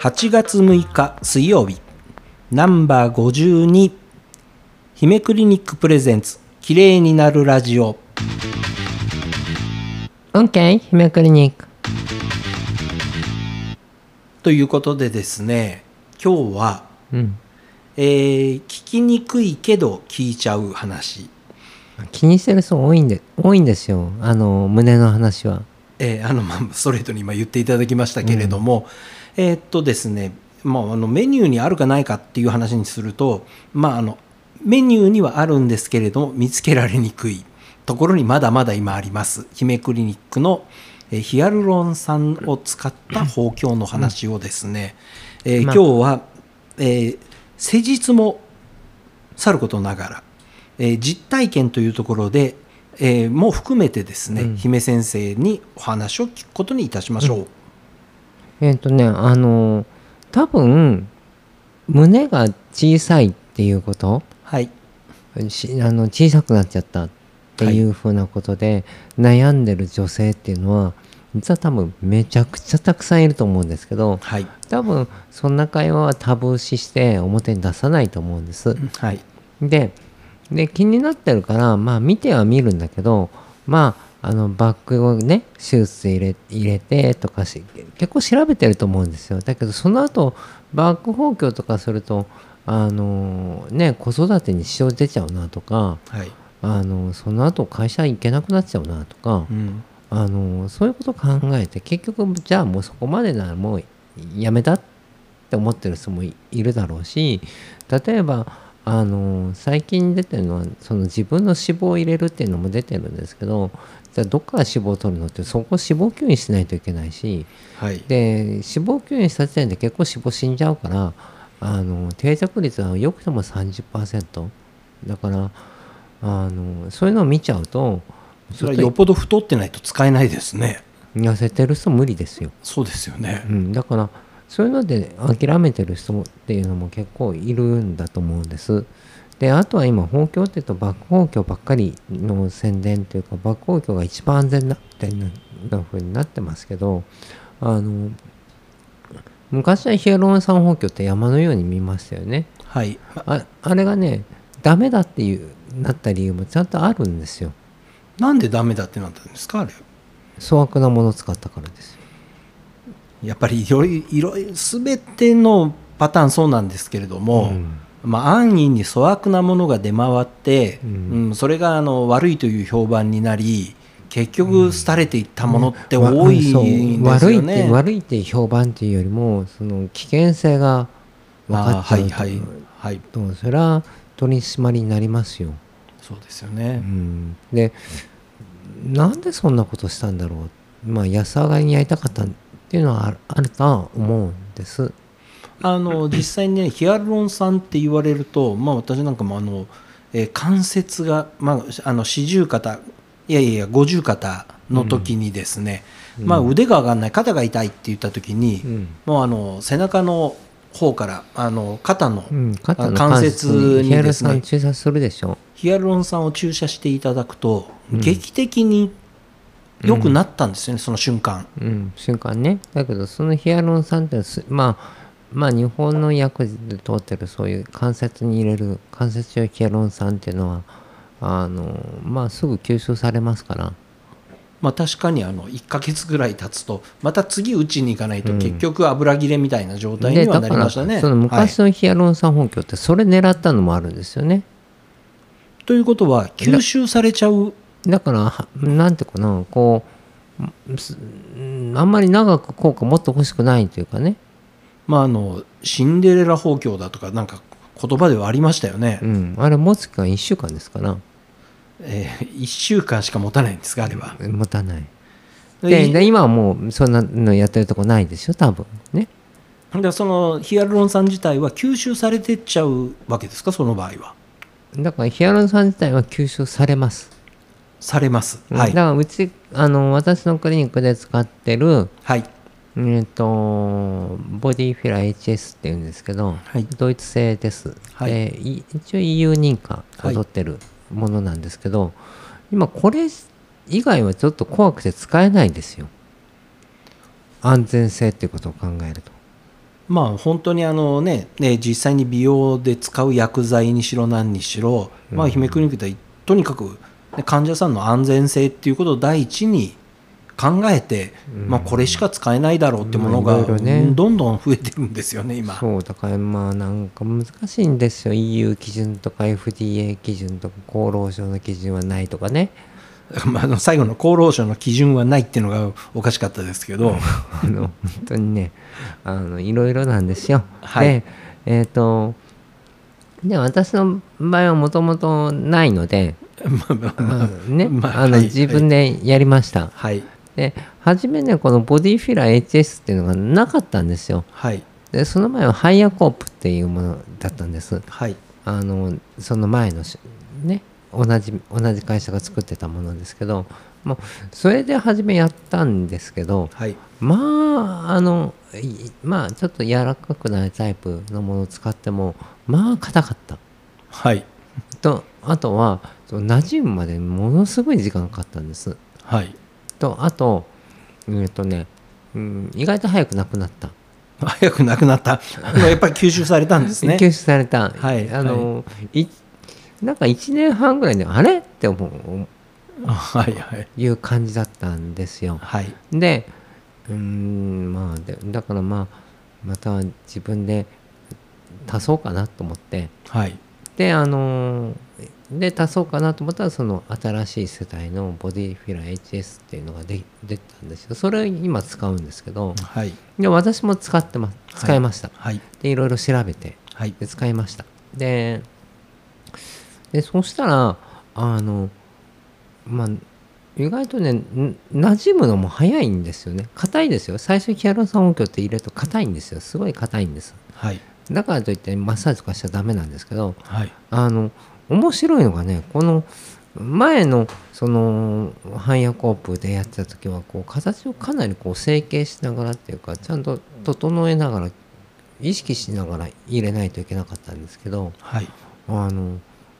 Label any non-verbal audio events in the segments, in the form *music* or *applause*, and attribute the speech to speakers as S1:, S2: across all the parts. S1: 8月6日水曜日ナンバー52姫クリニックプレゼンツ綺麗になるラジオ
S2: OK 姫クリニック
S1: ということでですね今日は、
S2: うん
S1: えー聞きにくいけど聞いちゃう話、
S2: 気にしてる人多いんで多いんですよあの胸の話は
S1: えーあのまあストレートに今言っていただきましたけれども、えーっとですね、まあ、あのメニューにあるかないかっていう話にすると、まあ、あのメニューにはあるんですけれども見つけられにくいところにまだまだ今あります姫クリニックの、えーヒアルロン酸を使った包協の話をですね、えー
S2: ま
S1: 今
S2: あ
S1: 日は、えー施術もさることながら、えー実体験というところで、えーも含めてですね、
S2: うん
S1: 姫先生にお話を聞くことにいたしましょう。
S2: えっ、とねあの多分胸が小さいっていうこと
S1: はい、
S2: しあの小さくなっちゃったっていうふうなことで、悩んでる女性っていうのは実は多分めちゃくちゃたくさんいると思うんですけど
S1: はい、
S2: 多分そんな会話はタブー視して表に出さないと思うんです。
S1: はい、
S2: でで気になってるからまあ見ては見るんだけどまああのバッグをね手術で入れ入れてとかし結構調べてると思うんですよだけどその後バッグ包協とかするとあのね子育てに支障出ちゃうなとか
S1: はい、
S2: あのその後会社行けなくなっちゃうなとか
S1: うん、
S2: あのそういうこと考えて結局じゃあもうそこまでならもうやめたって思ってる人もいいるだろうし例えばあの最近出てるのはその自分の脂肪を入れるっていうのも出てるんですけどじゃあどっから脂肪を取るのってそこ脂肪吸引しないといけないし
S1: はい、
S2: で脂肪吸引した時点で結構脂肪死んじゃうからあの定着率はよくても30%だからあのそういうのを見ちゃうと
S1: それはよっぽど太ってないと使えないですね。
S2: 痩せてる人無理ですよ、
S1: そうですよね
S2: う。ん、だからそういうので諦めてる人もっていうのも結構いるんだと思うんですであとは今包協って言うとバック包協ばっかりの宣伝というかバック包協が一番安全だみたいな風になってますけどあの昔はヒアルロン酸包協って山のように見ましたよね
S1: はい、あ
S2: ああれがねダメだっていうなった理由もちゃんとあるんですよ
S1: なんでダメだってなったんですか、あれ。
S2: 粗悪なものを使ったからですよ
S1: やっぱりいろいろいろすべてのパターンそうなんですけれども、
S2: うん
S1: まあ、安易に粗悪なものが出回って、う
S2: うんん
S1: それがあの悪いという評判になり結局廃れていったものって多いんですよね。
S2: わそう悪いって悪いって評判っていうよりもその危険性が分か
S1: あ
S2: っ
S1: ーは
S2: て
S1: い
S2: る
S1: はいはい
S2: とそれは取り締まりになりますよ。
S1: そうですよ
S2: う
S1: ね。
S2: ん、でなんでそんなことしたんだろうまあ安上がりにやりたかったっていうのはあるあるとは思うんです。
S1: あの実際にねヒアルロン酸って言われると、まあ、私なんかもあの、えー関節が、まあ、あの四十肩いやいやいや五十肩の時にですね、まあ、腕が上がらない肩が痛いって言った時に、
S2: うん
S1: もうあの背中の方からあの肩の
S2: うん、肩の
S1: 関節に
S2: ヒア
S1: で
S2: ル
S1: すね
S2: 酸注射するでしょ。
S1: ヒアルロン酸を注射していただくと、
S2: うん
S1: 劇的に良くなったんですよね、その瞬間。
S2: うん、瞬間ねだけどそのヒアルロン酸ってすまあまあ日本の薬事で通ってるそういう関節に入れる関節用ヒアルロン酸っていうのはあのまあすぐ吸収されますから
S1: まあ、確かにあの1ヶ月ぐらい経つとまた次打ちに行かないと結局油切れみたいな状態にはなりましたね。
S2: その昔
S1: は
S2: のヒアルロン酸本拠ってそれ狙ったのもあるんですよね、
S1: いということは吸収されちゃう
S2: だからはなんていうかなこうんすうんあんまり長く効果持ってほしくないというかね
S1: まあ、あのシンデレラ包協だとかなんか言葉ではありましたよね、
S2: うんあれ持つ期間1週間ですから
S1: え1週間しか持たないんですがあれは。
S2: 持たない
S1: で
S2: でで今はもうそんなのやってるとこないでしょ多分ね
S1: でそのヒアルロン酸自体は吸収されてっちゃうわけですかその場合は
S2: だからヒアルロン酸自体は吸収されます、
S1: されますはい
S2: だからうちあの私のクリニックで使ってる
S1: はい
S2: えー、とボディフィラ HS っていうんですけど、
S1: はい
S2: ドイツ製です、
S1: はい
S2: でい一応 EU 認可を取ってるものなんですけど、今これ以外はちょっと怖くて使えないんですよ安全性っていうことを考えると
S1: まあ本当にあのねね実際に美容で使う薬剤にしろ何にしろ、まあ、姫クリニックではとにかく、ね、患者さんの安全性っていうことを第一に考えて、
S2: うん
S1: まあ、これしか使えないだろうってものが、
S2: まあいろいろね
S1: どんどん増えてるんですよね今。
S2: そうだからまあなんか難しいんですよ EU 基準とか FDA 基準とか厚労省の基準はないとか
S1: *laughs*
S2: ね
S1: まああの最後の厚労省の基準はないっていうのがおかしかったですけど、
S2: あの本当にねあのいろいろなんですよ。
S1: はい
S2: でえっ、とで私の場合はもともとない
S1: *laughs*
S2: ので、
S1: *laughs* まあまあまあ
S2: あのね、
S1: まあ
S2: あの
S1: はい
S2: 自分でやりました。
S1: はい
S2: で初めねこのボディフィラー HS っていうのがなかったんですよ。
S1: はい
S2: でその前はハイヤーコープっていうものだったんです。
S1: はい
S2: あのその前のしね同じ同じ会社が作ってたものですけどもうそれで初めやったんですけど
S1: はい
S2: まああのいまあちょっと柔らかくないタイプのものを使ってもまあ硬かった
S1: はい
S2: とあとはその馴染むまでものすごい時間かかったんです
S1: はい
S2: とあとえっ、とね、うん、意外と早くなくなった
S1: 早くなくなった *laughs* あのやっぱり吸収されたんですね
S2: 吸収された、
S1: はい
S2: あの、いなんか1年半ぐらいであれって思う
S1: はいはい
S2: いう感じだったんですよ。
S1: はい
S2: でうーんまあでだからまあまた自分で足そうかなと思って
S1: はい
S2: であので足そうかなと思ったらその新しい世代のボディフィラー HS っていうのがで出てたんですよそれを今使うんですけど
S1: はい
S2: で私も使ってます使いました、
S1: はい
S2: でいろいろ調べて
S1: はい
S2: で使いましたででそうしたらあのまあ意外とねん馴染むのも早いんですよね硬いですよ最初ヒアルロン酸音響って入れると硬いんですよすごい硬いんです
S1: はい
S2: だからといってマッサージとかしちゃダメなんですけど
S1: はい
S2: あの面白いのがねこの前のそのハイヤーコープでやってた時はこう形をかなりこう整形しながらっていうかちゃんと整えながら意識しながら入れないといけなかったんですけど
S1: はい
S2: あの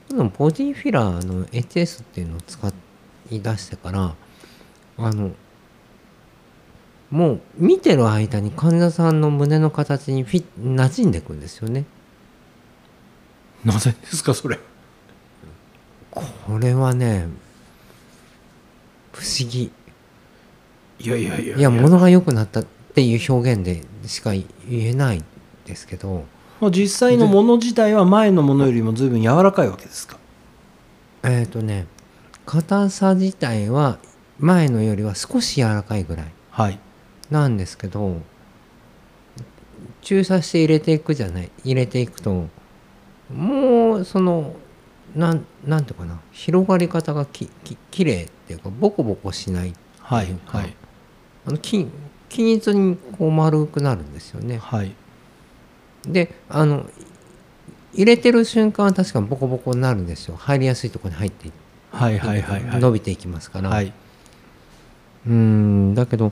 S2: このボディフィラーの HS っていうのを使い出してからあのもう見てる間に患者さんの胸の形にフィ馴染んでいくんですよね。
S1: なぜですかそれ
S2: これはね不思議
S1: いやいやいや
S2: いや物が良くなったっていう表現でしか言えないですけど
S1: まあ実際のもの自体は前のものよりも随分柔らかいわけですか
S2: えっ、とね硬さ自体は前のよりは少し柔らかいぐらい
S1: はい
S2: なんですけど注射して入れていくじゃない入れていくともうそのなんなんていうかな広がり方がきき綺麗っていうかボコボコしない
S1: はい
S2: っていうか
S1: はい
S2: あの均均一にこう丸くなるんですよね。
S1: はい
S2: であの入れてる瞬間は確かにボコボコになるんですよ入りやすいところに入ってい
S1: はいはいはいはい
S2: 伸びていきますから、
S1: はい
S2: うんだけど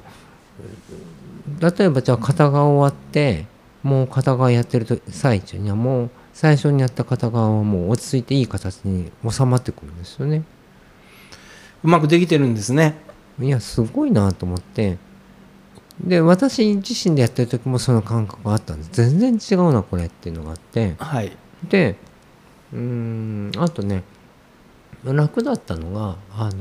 S2: 例えばじゃあ片側終わってもう片側やってると最中にはもう最初にやった片側はもう落ち着いていい形に収まってくるんですよね。
S1: うまくできてるんですね
S2: いやすごいなと思ってで私自身でやってる時もその感覚があったんです全然違うなこれっていうのがあって
S1: はい
S2: でうーんあとね楽だったのがあの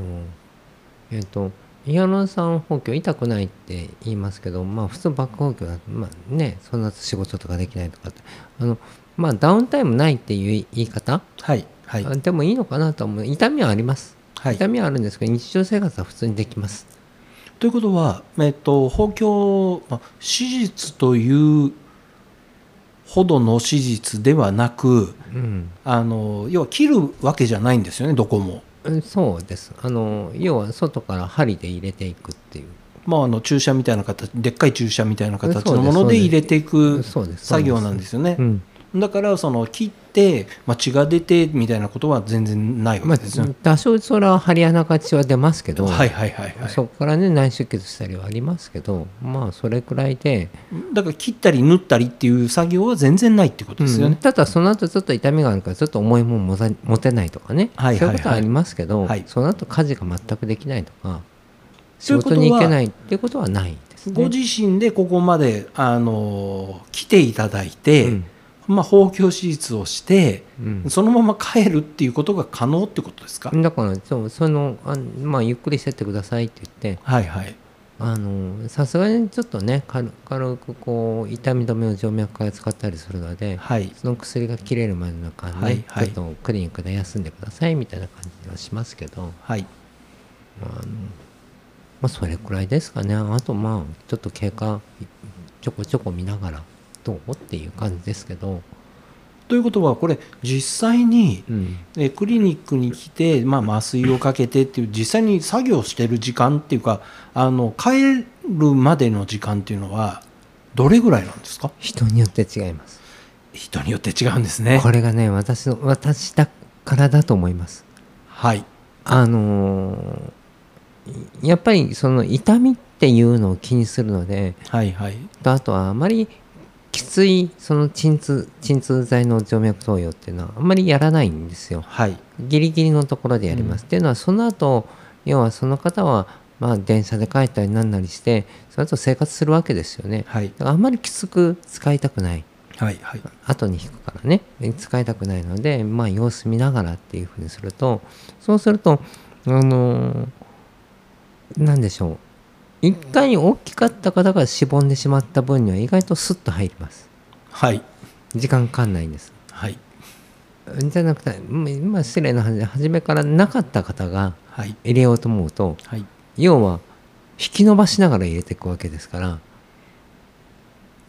S2: えっ、とヒアルロン酸補強痛くないって言いますけどまあ普通バック補強だとまあねそんな仕事とかできないとかってあのまあダウンタイムないっていう言い方、
S1: はいはい
S2: あでもいいのかなとは思う痛みはあります、
S1: はい
S2: 痛みはあるんですけど日常生活は普通にできます
S1: ということは、えっと、包協、まあ、手術というほどの手術ではなく
S2: うん
S1: あの要は切るわけじゃないんですよねどこも、
S2: うんそうですあの要は外から針で入れていくっていう
S1: まあ、あの注射みたいな形でっかい注射みたいな形
S2: そう
S1: の
S2: です
S1: もので入れてい
S2: そう
S1: く
S2: ですそうです
S1: 作業なんですよね
S2: うん
S1: だからその切って、まあ、血が出てみたいなことは全然ない
S2: ま
S1: わ
S2: あ
S1: けですよ、ね
S2: 多少それは針穴勝ちは出ますけど、
S1: はいはいはいはい
S2: そこからね内出血したりはありますけどまあそれくらいで
S1: だから切ったり縫ったりっていう作業は全然ないってことですよ
S2: うん
S1: ね、
S2: ただその後ちょっと痛みがあるからちょっと重いもん持た持てないとかね、
S1: はいはいはい
S2: そういうことはありますけど、
S1: はい
S2: その後家事が全くできないとか
S1: と
S2: 仕
S1: いうこと
S2: 事
S1: は
S2: に行けないっていうことはないです。ですね。
S1: ご自身でここまであの来ていただいて、
S2: うん
S1: まあ、包協手術をして、
S2: うん
S1: そのまま帰るっていうことが可能ってことですか、
S2: だからそうそのあ、まあ、ゆっくりしてってくださいって言って
S1: はいはい
S2: あのさすがにちょっとね軽軽くこう痛み止めを静脈から使ったりするので、
S1: はい
S2: その薬が切れるまでの間ね、
S1: はいはい
S2: ちょっとクリニックで休んでくださいみたいな感じはしますけど、
S1: はい
S2: まああのまあ、それくらいですかねあとまあちょっと経過ちょこちょこ見ながらどうっていう感じですけど、
S1: ということはこれ実際に、
S2: うん、
S1: えクリニックに来て、まあ、麻酔をかけてっていう実際に作業してる時間っていうかあの帰るまでの時間っていうのはどれぐらいなんですか
S2: 人によって違います
S1: 人によって違うんですね
S2: これがね私の私だからだと思います
S1: はい
S2: あのーやっぱりその痛みっていうのを気にするので
S1: はいはい
S2: とあとはあまりきついその鎮痛鎮痛剤の静脈投与っていうのはあんまりやらないんですよ
S1: はい
S2: ギリギリのところでやります、っていうのはその後要はその方はまあ電車で帰ったりなんなりしてその後生活するわけですよね
S1: はい
S2: だからあんまりきつく使いたくない
S1: はいはい
S2: 後に引くからね使いたくないのでまあ様子見ながらっていうふうにするとそうするとあの何でしょう一回大きかった方がしぼんでしまった分には意外とスッと入ります
S1: はい
S2: 時間かかんないんです
S1: はい
S2: じゃなくてうん今失礼な話で初めからなかった方が
S1: はい
S2: 入れようと思うと
S1: はい
S2: 要は引き伸ばしながら入れていくわけですから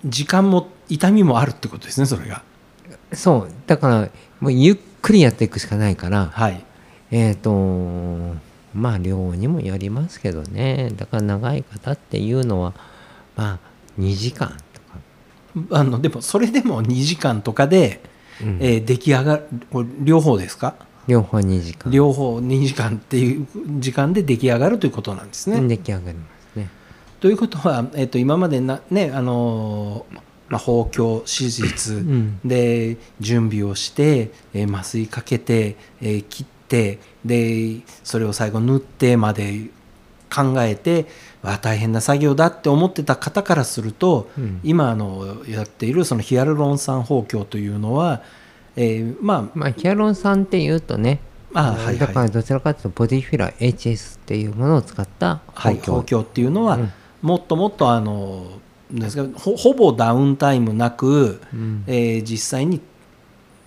S1: 時間も痛みもあるってことですねそれが
S2: そうだからもうゆっくりやっていくしかないから
S1: はい
S2: えっ、とまあ量にもよりますけどねだから長い方っていうのはまあ2時間とか、
S1: あのでもそれでも2時間とかで、
S2: うん
S1: えー出来上がるこれ両方ですか
S2: 両方2時間
S1: 両方2時間っていう時間で出来上がるということなんですね。
S2: うん出来上がりますね
S1: ということは、えっと今までな、ねあのーまあ、包協手
S2: う
S1: 術
S2: ん
S1: で準備をして、えー麻酔かけて、えー切ってでそれを最後縫ってまで考えてわあ大変な作業だって思ってた方からすると、
S2: うん
S1: 今あのやっているそのヒアルロン酸包協というのは、えーまあ
S2: まあヒアルロン酸っていうとね
S1: あーはい
S2: だか
S1: は
S2: ら
S1: い
S2: どちらかというとボディフィラー HS っていうものを使った
S1: はい
S2: 包
S1: 包
S2: 協
S1: 協っていうのは、
S2: うん
S1: もっともっとあのなんですかほほぼダウンタイムなく、
S2: うん
S1: えー実際に、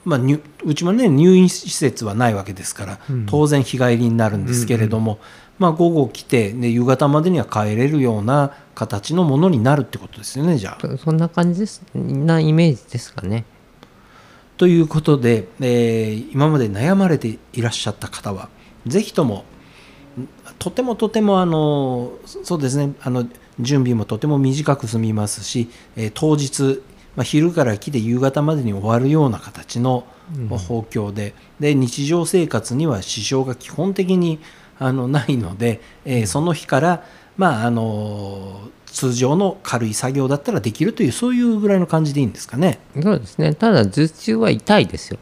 S1: まあ、入うちもね入院施設はないわけですから、
S2: うん
S1: 当然日帰りになるんですけれども、まあ、午後来て、ね、夕方までには帰れるような形のものになるってことですよねじゃあ。
S2: そそんな感じですなイメージですかね
S1: ということで、えー今まで悩まれていらっしゃった方はぜひともんとてもとてもあのそそうですねあの準備もとても短く済みますし、えー当日、まあ、昼から来て夕方までに終わるような形の
S2: うん
S1: 補強で,、で日常生活には支障が基本的にあのないので、えーその日から、まあ、あの通常の軽い作業だったらできるというそういうぐらいの感じでいいんですかね。
S2: そうですねただ頭痛は痛いですよ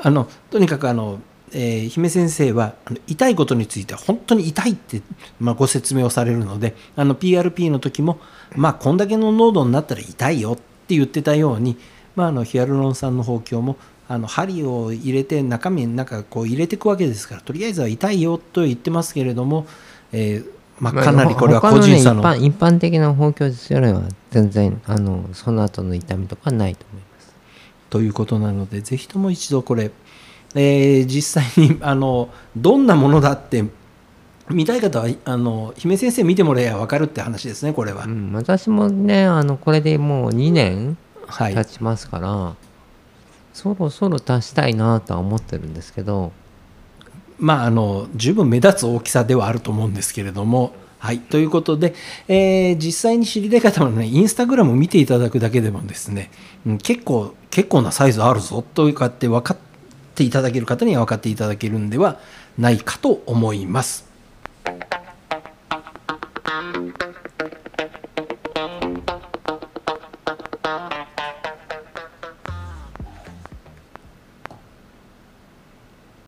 S1: あのとにかくあの、えー姫先生はあの痛いことについては本当に痛いって、まあ、ご説明をされるのであの PRP の時も、まあ、こんだけの濃度になったら痛いよって言ってたように、まあ、あのヒアルロン酸の包協もあの針を入れて中身になんかこう入れていくわけですからとりあえずは痛いよと言ってますけれども、えーまあ、かなりこれは
S2: まあ
S1: 個人差の
S2: 他ね、一般一般的な包協術よりは全然あのその後の痛みとかないと思います
S1: ということなのでぜひとも一度これ、えー実際に *laughs* あのどんなものだって見たい方はあの姫先生見てもらえば分かるって話ですねこれは、
S2: うん、私もねあのこれでもう2年
S1: はい
S2: 経ちますから、そろそろ足したいなとは思ってるんですけど
S1: まああの十分目立つ大きさではあると思うんですけれどもはいということで、えー実際に知りたい方はねインスタグラム見ていただくだけでもですね、うん、結構結構なサイズあるぞというかって分かっていただける方には分かっていただけるんではないかと思います